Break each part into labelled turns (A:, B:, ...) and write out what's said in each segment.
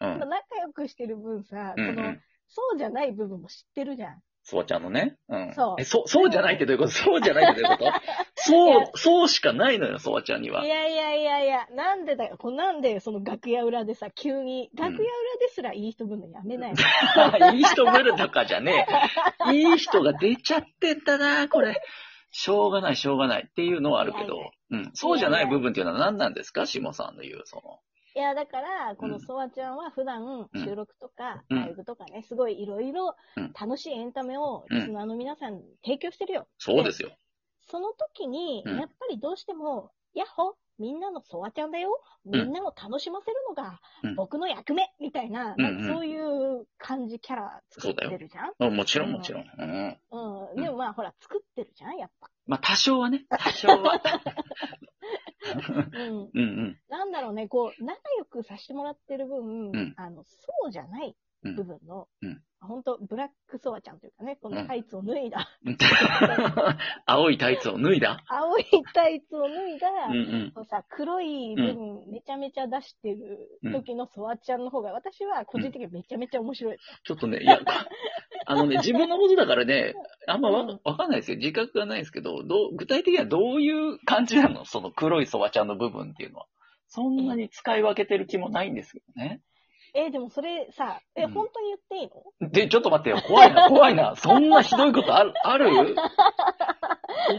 A: の仲良くしてる分さ、
B: うんう
A: この
B: ん。
A: そうじゃない部分も知ってるじゃん。
B: そうちゃんのね。うん。
A: そう
B: え、そう、そうじゃないってどういうことそうじゃない ってどういうことそう、そうしかないのよ、そうちゃんには。
A: いやいやいやいや、なんでだよ。こうなんでその楽屋裏でさ、急に、
B: ん
A: 楽屋裏ですらいい人ぶるのやめ ないの。
B: いい人ぶるとかじゃねえ。いい人が出ちゃってんだな、これ。しょうがない、しょうがないっていうのはあるけど。
A: いや
B: うん。そうじゃない部分っていうのは何なんですか、下さんの言う、その。
A: いや、だから、こ
B: う
A: の
B: ん
A: ソワちゃんは普段
B: うん
A: 収録とか、
B: うん
A: ライブとかね、すごいいろいろ
B: うん
A: 楽しいエンタメを
B: うん
A: リスナーの皆さんに提供してるよ。
B: そうですよ。
A: その時に、
B: うん
A: やっぱりどうしても、やっほみんなのソワちゃんだよみんなを楽しませるのが
B: うん
A: 僕の役目みたいな、
B: うん
A: なんかそういう感じキャラ作ってるじゃん
B: あもちろん、もちろん。うん。
A: う
B: うん
A: ん。でもまあほら、作ってるじゃんやっぱ。
B: まあ、多少はね。多少は。
A: うん。
B: うんうん。
A: なんだろうね、こう、仲良くさせてもらってる分、
B: うん
A: あの、そうじゃない部分の、
B: うんうん
A: 本当ブラックソワちゃんというかね、こ
B: うん
A: のタイツを脱いだ、
B: 青いタイツを脱いだ
A: 青いタイツを脱いだ、
B: うんうん。
A: このさ、黒い部分めちゃめちゃ出してる時のソワちゃんの方が、私は個人的にめちゃめちゃ面白い。
B: ちょっとね、いや、こ あのね、自分のことだからね、あんま
A: う
B: わ
A: ん
B: わかんないですよ。自覚がないですけど、どう具体的にはどういう感じなのその黒いソワちゃんの部分っていうのは。そんなに使い分けてる気もないんですけどね。
A: えでもそれさ、え、
B: うん
A: 本当に言っていいの
B: で、ちょっと待ってよ。怖 いな、怖いな。そんなひどいことある、ある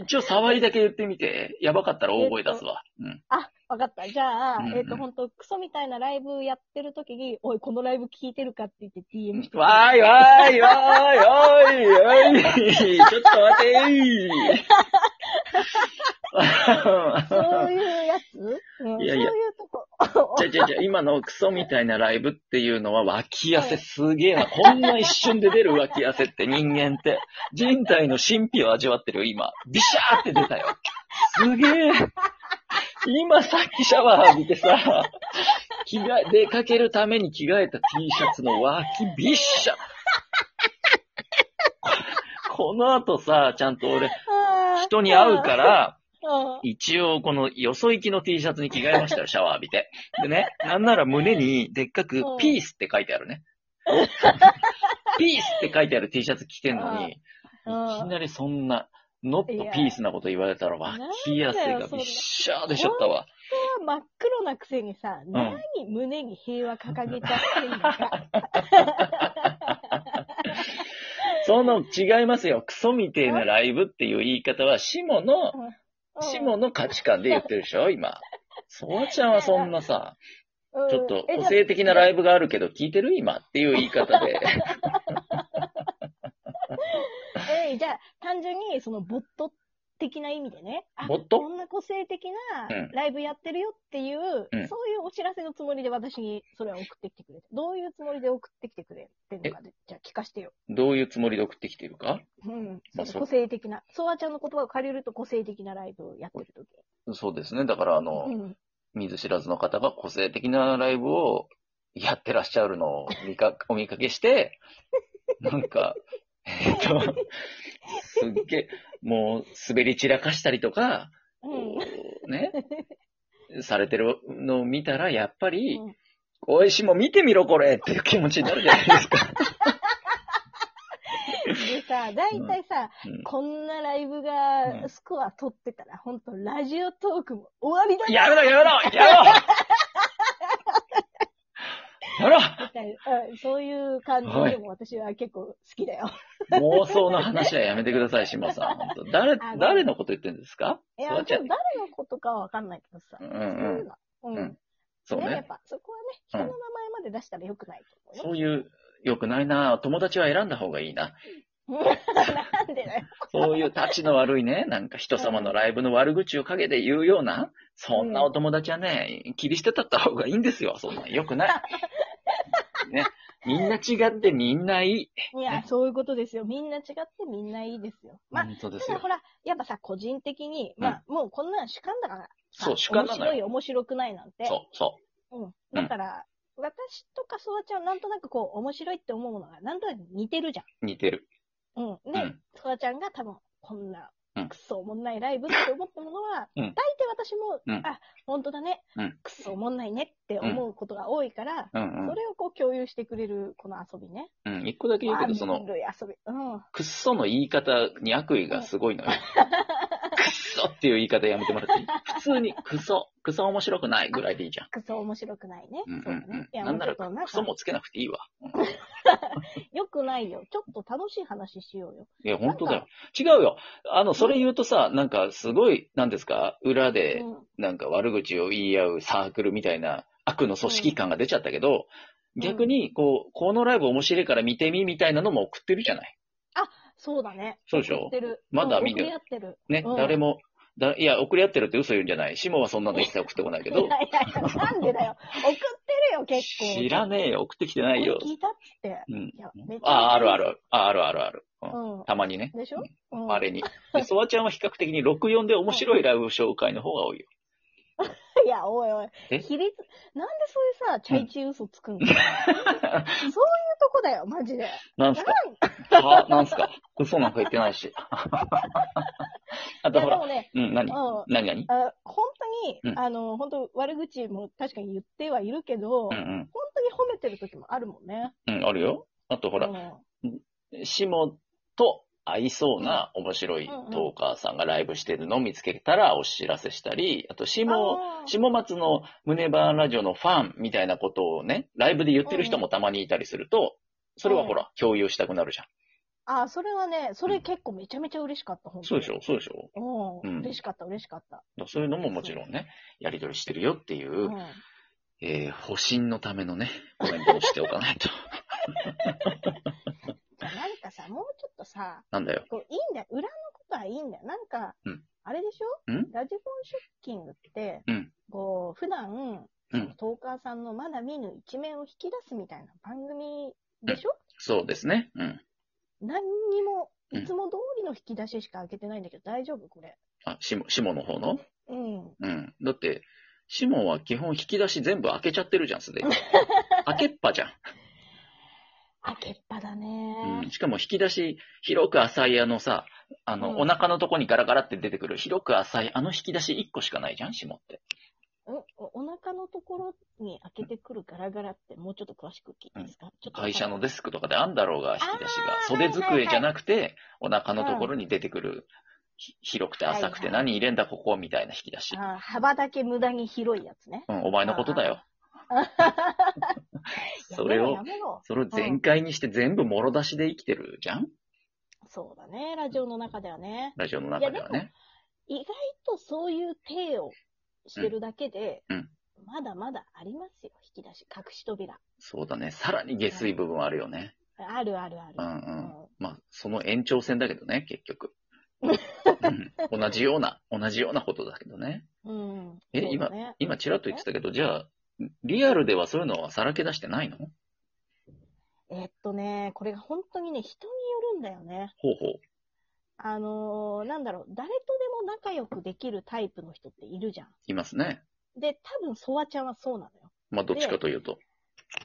B: 一応触りだけ言ってみて。やばかったら大声出すわ。うん。
A: あ、わかった。じゃあ、
B: うんうん
A: えっ、と、本当クソみたいなライブやってる時に、おい、このライブ聞いてるかって言って DM してくる
B: わーいわーいわーいわーいわーい ちょっと待て ーい
A: そういうやつ、うん、
B: いやいや
A: そういうとこ。
B: じゃじゃじゃ、今のクソみたいなライブっていうのは脇汗すげえな。こんな一瞬で出る脇汗って人間って。人体の神秘を味わってるよ、今。ビシャーって出たよ。すげえ。今さっきシャワー浴びてさ、着替え、出かけるために着替えた T シャツの脇ビッシャ。この後さ、ちゃんと俺、
A: あー
B: 人に会うか。ら、
A: うん
B: 一応、この、よそ行きの T シャツに着替えまし たよ、シャワー浴びて。でね、なんなら胸に、でっかく
A: うん、
B: ピースって書いてある ね。ピースって書いてある T シャツ着てんのに、い
A: うん
B: きなりそんな、ノットピースなこと言われたら、
A: や
B: 脇汗がびっしゃーでしちゃったわ。
A: 真っ黒なくせにさ、何胸に平和掲げちゃってんだ か。
B: その、違いますよ。クソみてえなライブっていう言い方は、シモの、
A: うん
B: シモの価値観で言ってるでし ょ、今。ソワちゃんはそんなさ、
A: うん
B: ちょっと
A: え、じゃ
B: 個
A: あ
B: 性的なライブがあるけど、聞いてる今っていう言い方で。
A: えじゃあ、単純に、その、ボット的な意味でね。あ
B: ボット
A: こんな個性的
B: う
A: なんライブやってるよっていう、
B: うん
A: そういうお知らせのつもりで私にそれは送ってきてくれる。どういうつもりで送ってきてくれてるのかで、じゃあ聞かせてよ。
B: どういうつもりで送ってきているか
A: うん。
B: まあ
A: そ
B: そう
A: の個性的な。ソワちゃんの言葉を借りると個性的なライブをやってる時。
B: そうですね。だから、あの、
A: うん。
B: 見ず知らずの方が個性的なライブをやってらっしゃるのを 見かお見かけして、なんか、えっと、すっげえ、もう、滑り散らかしたりとか、
A: うん。
B: ね、されてるのを見たら、やっぱり、
A: うん
B: おいしも見てみろ、これっていう気持ちになるじゃないで すか。
A: でさ、大体さ、
B: うん
A: こんなライブ
B: うん
A: がスコア取ってたら、ほんと、ラジオトークも終わりだ
B: やめろ、やめろ、やめ ろやめろ
A: みたいな、うんそういう感じでも私は結構好きだよ。
B: 妄想の話はやめてください、島さん。本当誰
A: あ、の
B: 誰のこと言ってるんですか
A: い
B: そう
A: や、ち
B: じゃ
A: ょっと誰のことかはわかんないけどさ、
B: うん。
A: そういううんの。うん。
B: うんそう
A: ねやっ
B: ね。
A: ぱそこはね、
B: う
A: 人
B: ん
A: の名前まで出したらよくないと思うよ。
B: そういう、良くないな友達は選んだ方がいいな。
A: なん でだよ。
B: そういう立ちの悪いね、なんか人様のライブの悪口を陰で言うような、そんなお友達はね、切り捨てたった方がいいんですよ。そんなん良 くない。ね。みんな違ってみんないい。
A: いや、そういうことですよ。みんな違ってみんないいですよ。まあ、
B: 本当です
A: ただ
B: よ
A: ほ。ら、やっぱさ、個人的に、まあ、もうこんなん主観だから。
B: そう主観な
A: 面白
B: のよ
A: い、面白くないなんて。
B: そう、そ
A: うん。
B: うん
A: だから、私とかソワちゃんはなんとなくこう、面白いって思うものが、なんとなく似てるじゃ
B: う。似てる。
A: ん。うん。
B: う
A: で、
B: ん。
A: ソワちゃんが多分、こんな、
B: うんうん
A: くそおもんないライブって思ったものは、
B: うん
A: 大抵私も、
B: うん
A: あ、本当だね、
B: うん
A: くそおもんないねって思うことが多いから、
B: うん
A: それをこう共有してくれるこの遊びね。
B: うん。うん。一個だけ言うけど、そ
A: あ
B: の
A: ぬ、るい遊び。うん。
B: くっその言い方に悪意がすごいのよ。くっそっていう言い方やめてもらっていい普通にくそ、くそ面白くないぐらいでいいじゃん。
A: くそ面白くないね。
B: うんう
A: そだ
B: んうん
A: ね。いや、
B: なんなら
A: もうちょっとなん
B: くそ
A: か、
B: もつけなくていいわ。うん
A: よくないよ。ちょっと楽しい話しようよ。
B: いや、本当だよ。違うよ。あの、それ言うとさ、なんかすごい、なんですか、裏で
A: うん。
B: なんか悪口を言い合うサークルみたいな悪の組織感が出ちゃったけど、
A: うん
B: 逆に、こう、このライブ面白いから見てみみたいなのも送ってるじゃない。
A: そうだね。
B: そうでしょ
A: 送ってる
B: まだ
A: うん
B: 見
A: 送
B: ぬ
A: り合ってる。
B: ね、
A: うん
B: 誰も、だいや、送り合ってるって嘘言うんじゃない。シモはそんなの一切送ってこないけ
A: いや い
B: ど、
A: やいや、なんでだよ。送ってるよ、結構。
B: 知らねえよ、送ってきてないよ
A: こ。れ聞いたっつって。
B: うん。
A: いや、めっちゃ
B: あ、あるあ。る。あ、あるあるある。うん
A: う
B: たまにね。
A: ん。でしょ、うん、
B: あれに。 で、ソワちゃんは比較的に64で面白いライブ紹介の方が多 いよ。
A: いや、おいおい。
B: え
A: 比率、なんでそういうさ、チャイチ嘘つくんだよ。 そういうとこだよ、マ ジで。
B: なんすかはなんすか嘘なんか言ってないし。 あ
A: い
B: と
A: や、で
B: ほら、
A: もね、
B: うん、
A: うん
B: 何。何何
A: あ本当に、
B: うん
A: あの、本当悪口も確かに言ってはいるけど、
B: う
A: 本
B: ん
A: 当に褒めてる時もあるもんね。
B: うん。うん、あるよ。あとほ
A: う
B: ら
A: ん、
B: シモと合いそうな面白いトーカーさんがライブしてるのを見つけたらお知らせしたり、あとシモ、
A: あー
B: 下松の胸バーンラジオのファンみたいなことをね、ライブで言ってる人もたまにいたりすると、それはほら、共有したくなるじゃん。
A: あー、それはね、それ結構めちゃめちゃ嬉しかった、本当に
B: そうでしょそうでしょ
A: う
B: うん
A: ん、嬉しかった、嬉しかった。
B: だからそういうのももちろんね、やり取りしてるよっていうう、
A: ん、
B: えー、保身のためのね、コメントをしておかないと。
A: じゃあなんかさ、もうちょっとさ、
B: なんだよ。
A: こういいんだよ。裏のことはいいんだよ。なんか、
B: うん
A: あれでしょ
B: ん
A: ラジコンショッキングって、
B: うん
A: こう、普段、
B: うん
A: トーカーさんのまだ見ぬ一面を引き出すみたいな番組でしょ、
B: そうですね。うん。
A: 何にも、
B: うん
A: いつも通りの引き出ししか開けてないんだけど、大丈夫これ。
B: あ、下、下の方の
A: うん。
B: うん。だって、シモンは基本引き出し全部開けちゃってるじゃん、すでに。 開けっぱじゃん。
A: 開けっぱだ
B: うん、
A: ね。
B: しかも引き出し、広く浅いあのさ、あの、
A: うん
B: お腹のとこにガラガラって出てくる、広く浅いあの引き出し1個しかないじゃん、霜って。
A: うん、おお腹のところに開けてくるガラガラって、もうちょっと詳しく聞いていいですか、ちょっと
B: 会社のデスクとかであんだろうが、引き出しが。袖
A: はい
B: 机
A: はい
B: じゃなくて、お腹のところに出てくる、ひ広くて浅くて
A: はいはい
B: 何入れんだここみたいな引き出し。
A: あー幅だけ無駄に広いやつね。
B: うん、お前のことだよ。それ
A: や
B: を、
A: めろやめろ。
B: それを全開にして全部もろ出しで生きてるじゃん
A: そうだね、ラジオの中ではね。
B: ラジオの中ではい
A: や
B: ね。
A: 意外とそういう体をしてるだけで、
B: うんうん
A: まだまだありますよ、引き出し。隠し扉。
B: そうだね。さらに下水部分あるよね。
A: あるあるある。
B: うんうん。
A: うん
B: まあ、その延長線だけどね、結局。うん同じような、同じようなことだけどね。
A: うん。
B: え
A: そうだね、
B: 今、ちらっと言ってたけど、じゃあ、リアルではそういうのはさらけ出してないの
A: えっとね、これが本当にね、人によるんだよね。
B: ほうほう。
A: あのーなんだろう、誰とでも仲良くできるタイプの人っているじゃん。
B: いますね。
A: で、多分、ソワちゃんはそうなのよ。
B: まあ、どっちかというと。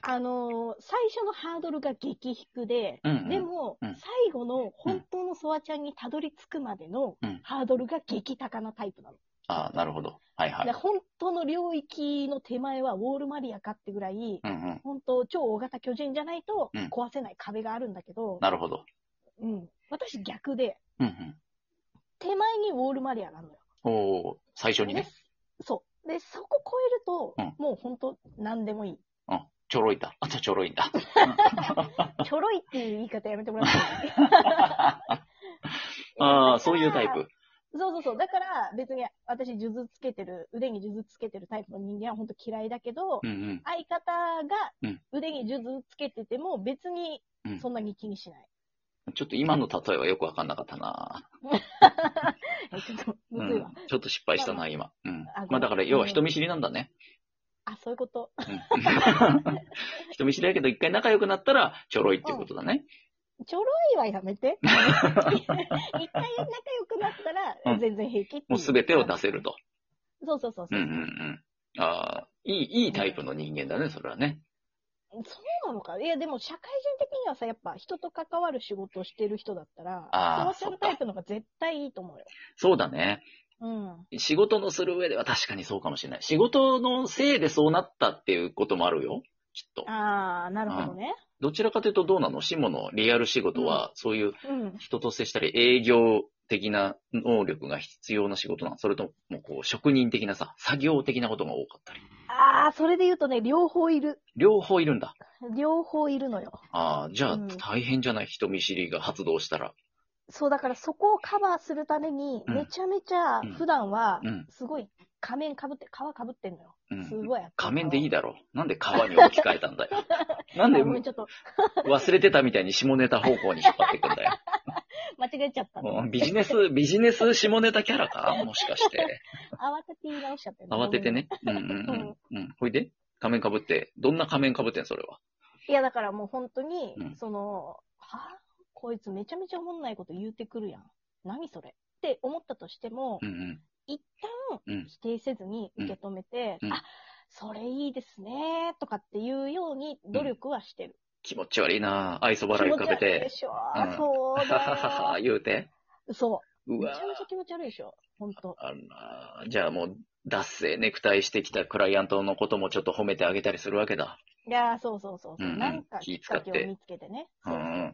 A: あのー最初のハードルが激低で、
B: うんうん
A: でも、
B: うん
A: 最後の本当のソワちゃんにたどり着くまでの
B: うん
A: ハードルが激高なタイプなの。
B: ああ、なるほど。はいは
A: で
B: い。
A: 本当の領域の手前はウォールマリアかってぐらい、
B: うんうん。
A: 本当超大型巨人じゃないと
B: うん
A: 壊せない壁があるんだけど、
B: なるほど。
A: うん私逆で、
B: うんうん。
A: 手前にウォールマリアなのよ。
B: おお最初に
A: で
B: ね。
A: そう。で、そこ超えると、もう本当何でもいい。
B: うん。ちょろいだ。あとちょろいんだ。
A: ちょろいっていう言い方やめてもらってい い
B: ああ、そういうタイプ。
A: そうそうそう。だから、別に私、数珠つけてる、腕に数珠つけてるタイプの人間は本当嫌いだけど、
B: うんうん。
A: 相方
B: う
A: が
B: ん
A: 腕に数珠つけてても別に
B: うん
A: そんなに気にしない。
B: ちょっと今の例えはよくわかんなかったな。
A: えちょっと、
B: う
A: むずいわ。
B: ん。ちょっと失敗した
A: ま
B: な、今。うん
A: あごめ。ん
B: まあ、だから、要は人見知りなんだね。
A: あ、そういうこと。
B: うん人見知りだけど、一回仲良くなったら、ちょろいっていうことだね。
A: ちょろいはやめて。 一回仲良くなった
B: う
A: ら
B: ん
A: 全然平気ってい
B: もうすべてを出せる。と。
A: そうそうそう
B: う
A: そ
B: ん
A: う。
B: うんうん。ああ、いい、いいタイプの人間だね、それはね。
A: そうなのか。いや、でも社会人的にはさ、やっぱ人と関わる仕事をしてる人だったら、
B: あー
A: ソワちゃんタイプの方が絶対いいと思うよ。
B: そうだね。
A: うん。
B: 仕事のする上では確かにそうかもしれない。仕事のせいでそうなったっていうこともあるよ。きっと。
A: ああ、なるほどね。
B: どちらかというとどうなのシモのリアル仕事は、そういう
A: うん。
B: 人と接したり営業的な能力が必要な仕事なのそれともこう職人的なさ、作業的なことが多かったり。
A: ああ、それで言うとね、両方いる。
B: 両方いるんだ。
A: 両方いるのよ。
B: ああ、じゃあ
A: うん
B: 大変じゃない、人見知りが発動したら。
A: そう、だからそこをカバーするために、
B: うん
A: めちゃめちゃ普段は
B: うん、
A: すごい仮面かぶって、皮かぶってんのよ。
B: う
A: す
B: ん。
A: ごい厚い皮。
B: 仮面でいいだろう。なんで川に置き換えたんだ よ。なんで
A: あごめん、ちょっと
B: 忘れてたみたいに下ネタ方向に引っ張ってくんだよ。
A: 間違えちゃった。
B: もうビジネス、ビジネス下ネタキャラかもしかして。
A: 慌てて言い直しちゃったよ
B: 慌ててね。。うんうんうん。うん。ほいで仮面かぶって。どんな仮面かぶってんそれは。
A: いや、だからもう本当に、
B: うん
A: その、はこいつめちゃめちゃおもんないこと言うてくるやん。何それって思ったとしても、
B: うん
A: 一
B: うん。うん
A: 旦。否定せずに受け止めて、
B: うんうん
A: あ、それいいですね、とかっていうように努力はしてる。
B: 気持ち悪いなぁ愛想笑い浮か
A: 気持
B: べ
A: ち悪いで
B: て。
A: しょ、
B: うん
A: そう
B: ははは
A: だ
B: は言うて。
A: よ。そうう。め
B: わ
A: ちゃめちゃ気持ち悪いでしょ。本当。
B: あらじゃあもう、脱製ネクタイしてきたクライアントのこともちょっと褒めてあげたりするわけだ。
A: いやー、そうそうそうそう、
B: うんうん
A: なんかきっかけ
B: 気遣って
A: を見つけてね。
B: う
A: そ
B: ん。
A: ううそうん
B: う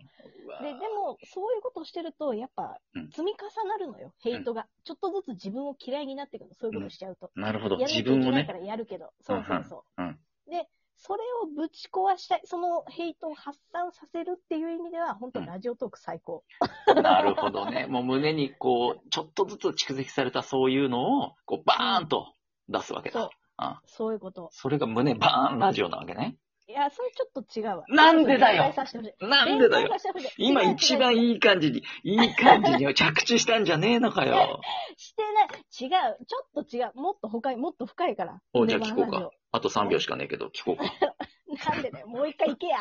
A: で、で
B: わ
A: も、そういうことをしてると、やっぱ
B: うん、
A: 積み重なるのよ、ヘイトが。ちょっとずつ自分を嫌いになってくるの、そういうことしちゃうと。
B: なるほど。
A: やらなきゃ
B: 自
A: いけ
B: 分を
A: ない
B: ね
A: か。らやるけど。そうそうそう。
B: うんうん
A: で、それをぶち壊したい、そのヘイトを発散させるっていう意味では、本当
B: うん
A: ラジオトーク最高。
B: なるほどね。もう胸にこう、ちょっとずつ蓄積されたそういうのを、こう、バーンと出すわけ
A: そう
B: だ。あ
A: そういうこと。
B: それが胸バーンラジオなわけね。
A: いや、それちょっと違うわ。
B: なんでだよ
A: 弁解させてほしい
B: なんでだ
A: 弁
B: よ。
A: 解させてほしい
B: 今
A: 違う違う
B: 一番いい感じに、いい感じに着地したんじゃねえのか よ。
A: してない。違う。ちょっと違う。もっと他に、もっと深いから。
B: おじゃあ聞こ
A: ネ
B: うか
A: バーラジオ
B: あと3秒しかねえけど、聞こうか。
A: なんでだよ。もう一回行けや。